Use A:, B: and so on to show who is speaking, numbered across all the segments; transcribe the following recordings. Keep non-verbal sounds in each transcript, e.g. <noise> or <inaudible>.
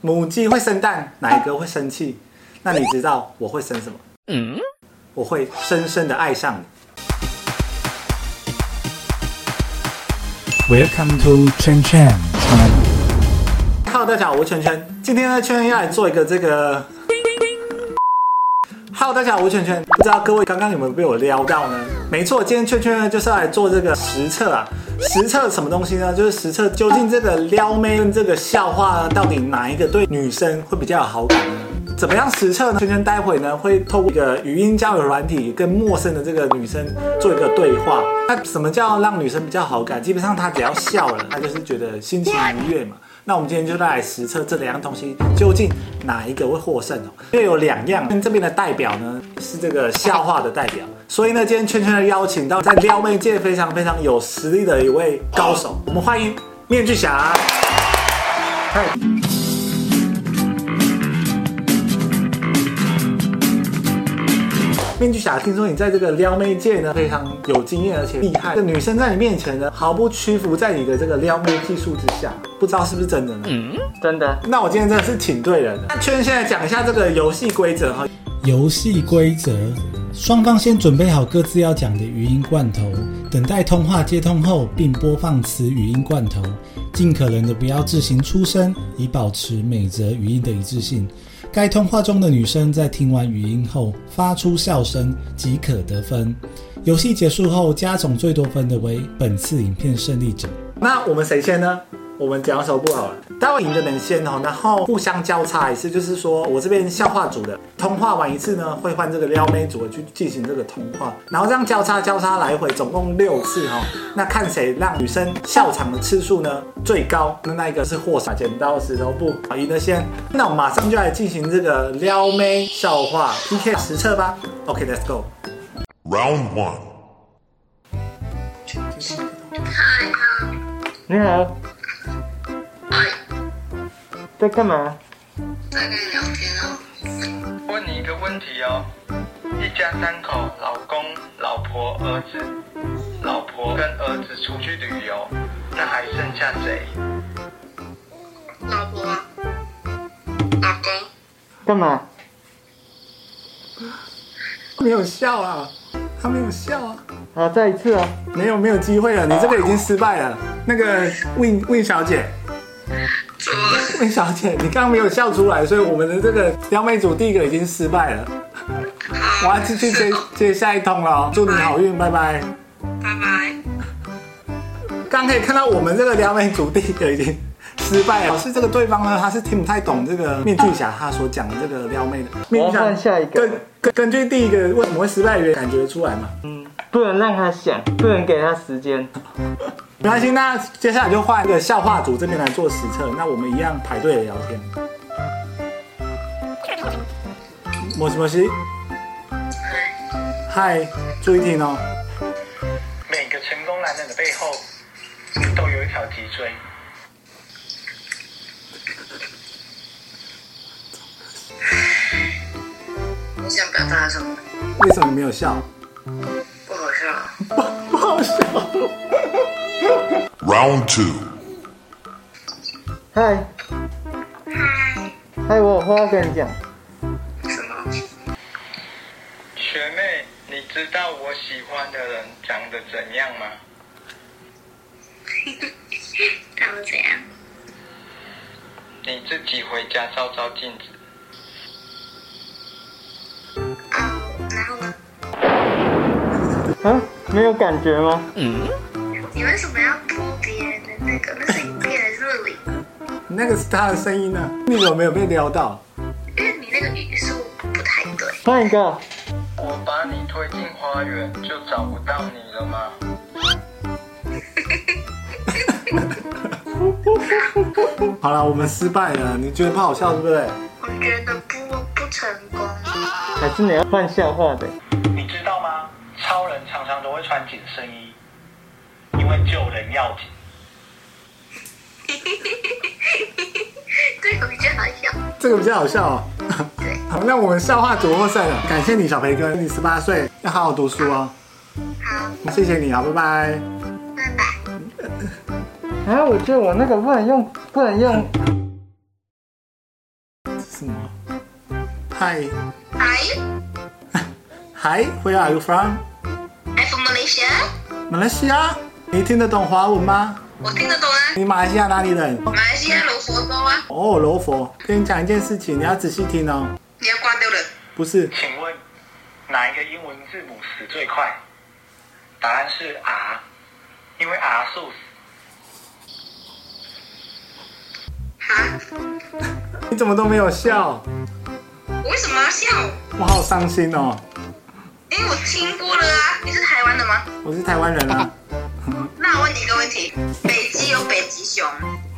A: 母鸡会生蛋，哪一个会生气？那你知道我会生什么？
B: 嗯，
A: 我会深深的爱上你。
C: Welcome to Chen Chen Channel。
A: Hello，大家好，我是圈圈。今天呢，圈圈要来做一个这个。Hello，大家好，我是圈圈。不知道各位刚刚有没有被我撩到呢？没错，今天圈圈呢就是要来做这个实测啊。实测什么东西呢？就是实测究竟这个撩妹跟这个笑话呢，到底哪一个对女生会比较有好感呢？怎么样实测呢？圈圈待会呢会透过一个语音交友软体跟陌生的这个女生做一个对话。那什么叫让女生比较好感？基本上她只要笑了，她就是觉得心情愉悦嘛。那我们今天就来实测这两样东西究竟哪一个会获胜哦？因为有两样，这边的代表呢是这个笑话的代表，所以呢，今天圈圈呢邀请到在撩妹界非常非常有实力的一位高手，我们欢迎面具侠。面具侠，听说你在这个撩妹界呢非常有经验，而且厉害。这女生在你面前呢毫不屈服，在你的这个撩妹技术之下，不知道是不是真的呢？
D: 真的，
A: 那我今天真的是请对人了。那圈现在讲一下这个游戏规则哈，
C: 游戏规则：双方先准备好各自要讲的语音罐头，等待通话接通后，并播放此语音罐头，尽可能的不要自行出声，以保持每则语音的一致性。该通话中的女生在听完语音后发出笑声即可得分。游戏结束后，加总最多分的为本次影片胜利者。
A: 那我们谁先呢？我们讲手部好了，待会赢的人先哦，然后互相交叉一次，就是说我这边笑话组的通话完一次呢，会换这个撩妹组的去进行这个通话，然后这样交叉交叉来回，总共六次哈、哦。那看谁让女生笑场的次数呢最高，那那一个是获胜。剪刀石头布，好赢的先。那我们马上就来进行这个撩妹笑话 PK 实测吧。OK，Let's、go。
E: Round one.
D: 你好，在干嘛？
F: 在跟你聊天啊，
G: 问你一个问题哦，一家三口，老公、老婆、儿子，老婆跟儿子出去旅游，那还剩下谁？
F: 老婆，老公，
D: 干嘛？
A: 没有笑啊，他没有笑啊。
D: 好，再一次哦。
A: 没有没有机会了，你这个已经失败了。那个问问小姐，
F: 怎么了？
A: 问小姐，你刚刚没有笑出来，所以我们的这个撩妹组第一个已经失败了。
F: 啊
A: 我要继续接
D: 哦
A: 接下一通了哦，祝你好运，拜拜。
F: 拜拜。
A: 刚可以看到我们这个撩妹组第一个已经失败了，是这个对方呢，他是听不太懂这个面具侠他所讲的这个撩妹的。面具
D: 我
A: 侠，
D: 换下一个
A: 根根根据第一个为什么会失败的原因感觉出来嘛？
D: 嗯，不能让他想，不能给他时间。
A: 没关系，那接下来就换一个笑话组这边来做实测。那我们一样排队聊天。莫西莫西，嗨，注意听哦。
G: 每个成功男人的背后，都有一条脊椎。
F: 你想表达什么？
A: 为什么你没有笑？ <laughs>
F: 不好笑啊。
A: 不 <laughs> 好笑。
E: Round two.
D: 嗨，
F: 嗨。
D: 嗨，我有话要跟你讲。
F: 什么？
G: 学妹，你知道我喜欢的人长得怎样吗？
F: 他们怎样？
G: 你自己回家照照镜子。
F: 哦，然后呢？
D: 啊，没有感觉吗？
F: 你为什么要播别人的那个？那是你别人的里，
A: 那个是他的声音呢、你怎么没有被撩到？
F: 因为你那个语速不太对。
D: 换一个。
G: 我把你推进花园，就找不到你了吗？
A: 好了，我们失败了。你觉得不好笑对不对？
F: 我觉得不不成功。
D: 还是你要换笑话的？
G: 你知道吗？超人常常都会穿紧身衣，因为救人要紧。
F: 对，我比较好笑。
A: 这个比较好笑哦。 <laughs> 好，那我们笑话组获胜了。感谢你，小培哥，你十八岁，要好好读书哦。
F: 好，
A: 谢谢你啊，拜拜。
F: 拜拜。
D: 啊，我觉得我那个不能用，不能用
A: 什么？Hi,
F: ？Are you?
A: Hi, where are you from?
F: I'm from Malaysia。
A: 马来西亚？你听得懂华文吗？
F: 我听得懂啊，
A: 你马来西亚哪里人？
F: 马来西亚柔佛州啊。
A: 哦，罗佛，跟你讲一件事情，你要仔细听哦。
F: 你要挂掉了。
A: 不是，
G: 请问哪一个英文字母死最快？答案是 R，因为 R 数死。
F: 哈？
A: 你怎么都没有笑？
F: 我为什么要笑？
A: 我好伤心哦。
F: 因为我听过了啊。你是台湾的吗？
A: 我是台湾人啊，
F: 那我问你一个问题：北极有北极熊，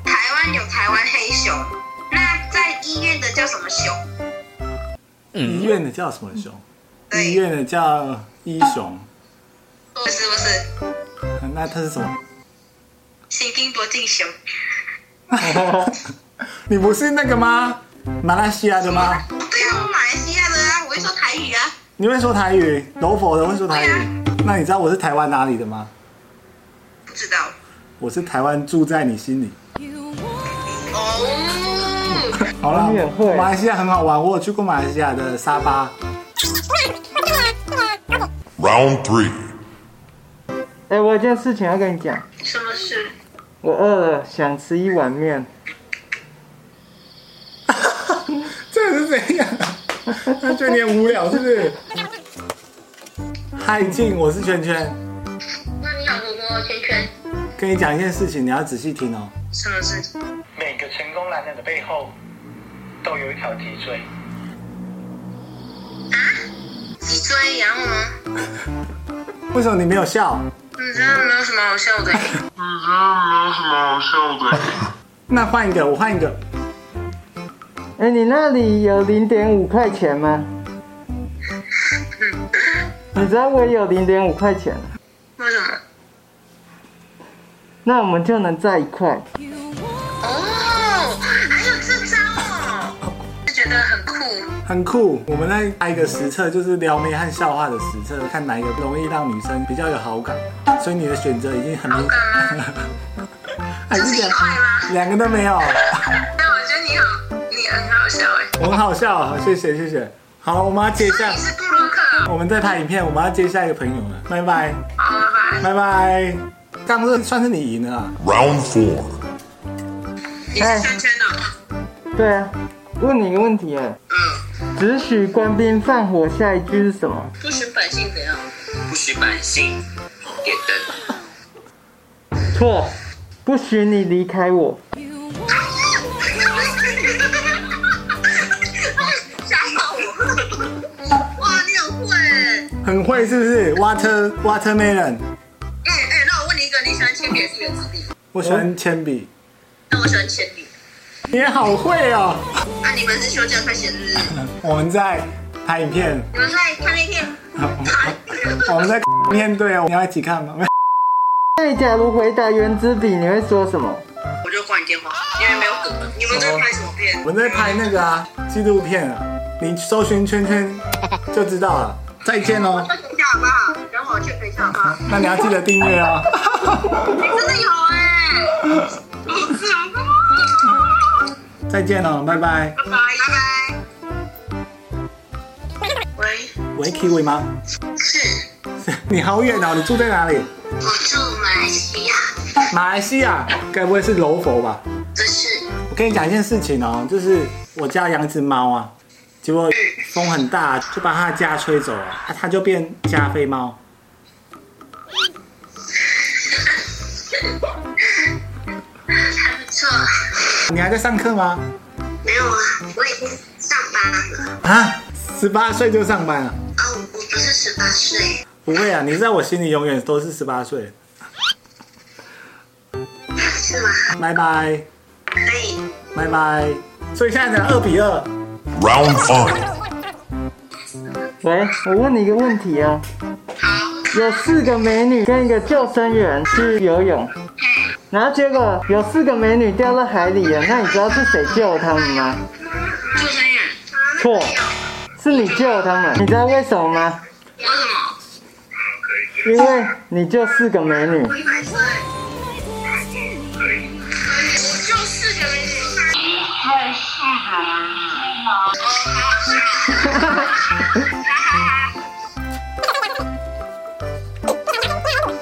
F: 台湾有台湾黑熊，那在医院的叫什么熊？
A: 医院的叫什么熊？医
F: 对，
A: 院的叫医熊，
F: 不是不是，
A: 那它是什么？ <laughs>
F: 新丁多进熊。
A: 你不是那个吗？马来西亚的吗？
F: 对啊，我马来西亚的啊，我会说台语啊。
A: 你会说台语？柔佛的会说台语
F: 对啊？
A: 那你知道我是台湾哪里的吗？
F: 不知道。
A: 我是台湾，住在你心里。
F: 哦。
A: 好了
D: 你也，会
A: 马来西亚很好玩，我有去过马来西亚的沙巴。
E: Round three.
D: 哎、我有件事情要跟你讲，
F: 什么事？
D: 我饿了，想吃一碗面。
A: <laughs> 这个是怎样？ <laughs> 他觉得你很无聊是不是？ <laughs> 嗨，静，我是圈圈，
F: 那你想我摸圈圈？
A: 跟你讲一件事情，你要仔细听哦。
F: 什么事？
G: 每个成功男人的背后都有一条脊椎。
F: 脊椎痒我吗？
A: 为什么你没有笑？
F: 你真的没有什么好笑的。
A: 那换一个，我换一个。
D: 哎、你那里有零点五块钱吗？你知道我有零点五块钱，
F: 为什么？
D: 那我们就能再一块。
F: 哦，还有这招哦，就觉得很酷。
A: 很酷，我们再开一个实测，就是撩妹和笑话的实测，看哪一个容易让女生比较有好感。所以你的选择已经很明
F: 好感
A: 显， <laughs> 还
F: 这是一
A: 两
F: 块吗
A: 两个都没有，
F: 但我觉得你好，你很好笑哎。
A: 我很好笑，好谢谢谢谢。好，我们要接下
F: 你，是布鲁克哦，
A: 我们在拍影片，我们要接下一个朋友了，拜拜
F: 好拜拜。
A: 拜拜。刚刚算是你赢了啊，
E: Round four.
F: 你是圈圈哦。
D: 对啊，问你一个问题哎，
F: 嗯，
D: 只许官兵放火，下一句是什么？
F: 不许百姓怎样？
B: 不许百姓点灯。
D: 错，不许你离开我。
F: 吓到我！哇，你很会哎！
A: 很会是不是？Water watermelon，
F: 哎哎，那我问你一个，你喜欢铅笔还是圆珠笔？
A: 我喜欢铅笔，
F: 那我喜欢铅笔。
A: 你也好会哦。
F: 啊，你们是休假快写日，
A: 我们在拍影片，
F: 你们在看那片？
A: 我们在 <laughs> 面对哦，你要一起看吗？ <laughs>
D: 那你假如回答原子笔，你会说什么？
F: 我就挂你电话，因为没有梗了。你们在拍什么
D: 哦
F: 片？
A: 我们在拍那个啊纪录片啊，你搜寻圈圈就知道了。再见喽，
F: 去陪笑好不好？等我去陪笑好不好？
A: 那你要记得订阅哦。
F: 你真的有哎！你讲过吗？
A: 再见喽，拜拜。
F: 拜拜拜。喂，
A: 喂，Kiwi 吗？ <laughs>
F: 是，
A: 你好远哦，你住在哪里？
F: 我住马来西亚，
A: 马来西亚，该不会是柔佛吧？
F: 不是。啊
A: 我跟你讲一件事情哦，就是我家养只猫啊，结果风很大，就把它的家吹走了，啊它就变加菲猫。
F: 还不错，啊
A: 你还在上课吗？
F: 没有啊，我已经上班了。
A: 啊，十八岁就上班啊？
F: 哦，我不是十八岁，
A: 不会啊，你在我心里永远都是十八岁。
F: 是吗？
A: 拜拜。
F: 可以。
A: 拜拜。所以现在才二比二，
E: Round five.
D: 喂，我问你一个问题啊，
F: 好，
D: 有四个美女跟一个救生员去游泳，然后结果有四个美女掉到海里了，那你知道是谁救了他们吗？
F: 哎救生员。
D: 错，是你救了他们。你知道为什么吗？
F: 为什
D: 因
F: 么？
D: 为你救四个美女。
F: 我就是个人。
H: 太是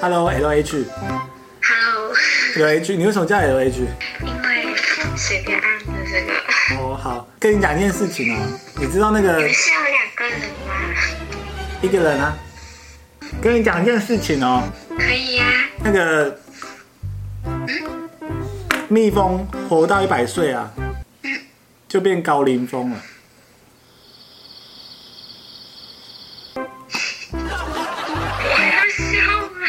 A: Hello L H
F: Hello，
A: L H，你为什么叫 L H？
F: 因为随便按的这个，
A: 哦，好，跟你讲一件事情啊，你知道那个
F: 你是有两个人吗？
A: 一个人啊，跟你讲一件事情哦，
F: 可以呀、
A: 那个蜜蜂活到一百岁啊，就变高龄蜂了。
F: 我要笑吗？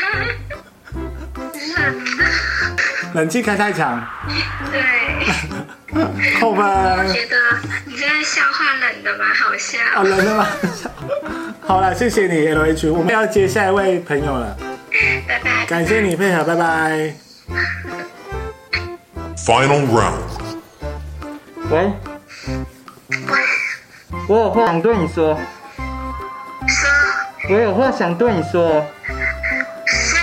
F: 冷啊，
A: 冷气开太强，
F: 对。
A: 扣分
F: 我觉得你这个笑话冷的蛮好笑。
A: 啊，冷了吗？ <laughs> 好了，谢谢你 L H，我们要接下一位朋友了，
F: 拜拜。
A: 感谢你配合，拜拜。
E: Final round.
D: 喂，我有话想对你说，
F: 说
D: 我有话想对你说，啊
F: 说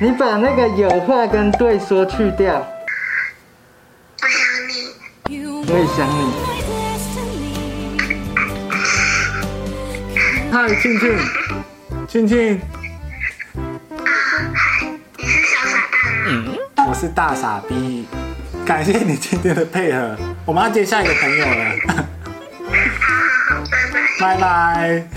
D: 你把那个有话跟对说去掉，
F: 我想你，
D: 我也想你。
A: 嗨，庆庆，庆庆，
F: 你是小啊傻蛋吗？
A: 我是大傻逼，感谢你今天的配合，我们要接下一个朋友了， <laughs>
F: 好好好，拜拜，
A: 拜拜。
F: 拜拜。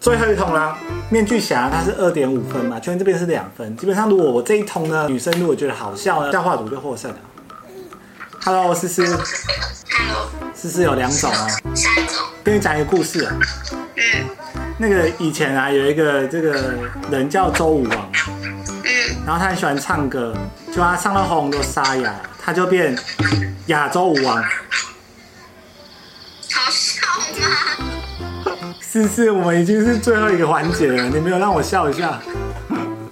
A: 最后一桶啦，面具侠它是二点五分嘛，圈这边是两分。基本上如果我这一桶呢，女生如果觉得好笑呢，笑话组就获胜了。Hello，思思，
F: Hello，
A: 思思有两种哦，
F: 三种，
A: 跟你讲一个故事、啊。
F: 嗯
A: 那个以前啊，有一个这个人叫周武王，
F: 嗯，
A: 然后他很喜欢唱歌，就他唱到喉咙都沙哑，他就变亚洲舞王。
F: 好笑吗？
A: 思思，我们已经是最后一个环节了，你没有让我笑一下，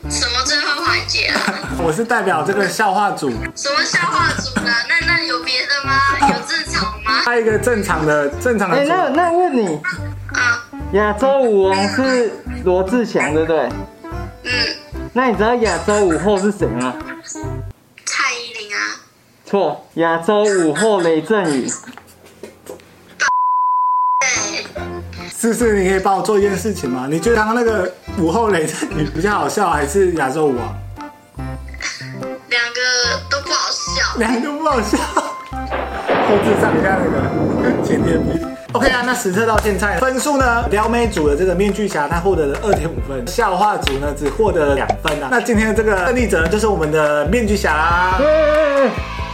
F: 什么最后环节啊？
A: 我是代表这个笑话组
F: 什么笑话组的？那那有别的吗？有正常吗？
A: 开一个正常的正常
D: 哎、
A: 的组。
D: 那那问你，
F: 啊，
D: 亚洲舞王是罗志祥对不对？
F: 嗯，
D: 那你知道亚洲舞后是谁吗？
F: 蔡依林啊，
D: 错，亚洲舞后雷震宇。
F: 对，
A: 思思，你可以帮我做一件事情吗？你觉得刚刚那个午后雷阵雨比较好笑，还是亚洲舞啊王？
F: 两个都不好笑。
A: 两个都不好笑。后置上一下那个前天 OK 啊，那实测到现在分数呢，撩妹组的这个面具侠他获得了二点五分，笑话组呢只获得了两分啊。那今天的这个胜利者呢就是我们的面具侠。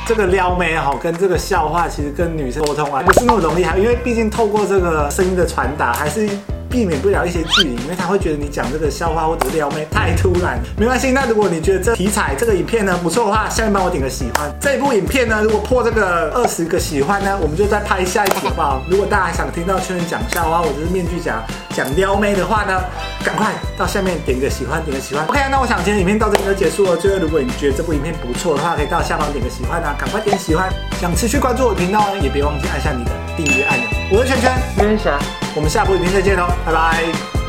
A: 这个撩妹哈、跟这个笑话其实跟女生沟通啊不是那么容易，还因为毕竟透过这个声音的传达，还是避免不了一些距离，因为她会觉得你讲这个笑话或者是撩妹太突然。没关系，那如果你觉得这题材这个影片呢不错的话，下面帮我点个喜欢。这部影片呢如果破这个二十个喜欢呢，我们就再拍下一集好不好？如果大家想听到圈人讲笑话或者是面具侠讲撩妹的话呢，赶快到下面点个喜欢，点个喜欢。OK，那我想今天影片到这里就结束了。最后，如果你觉得这部影片不错的话，可以到下方点个喜欢啊，赶快点喜欢。想持续关注我的频道呢，也别忘记按下你的订阅按钮。我是圈圈，
D: 跟霞。
A: 哦我们下部影片再见喽，拜拜。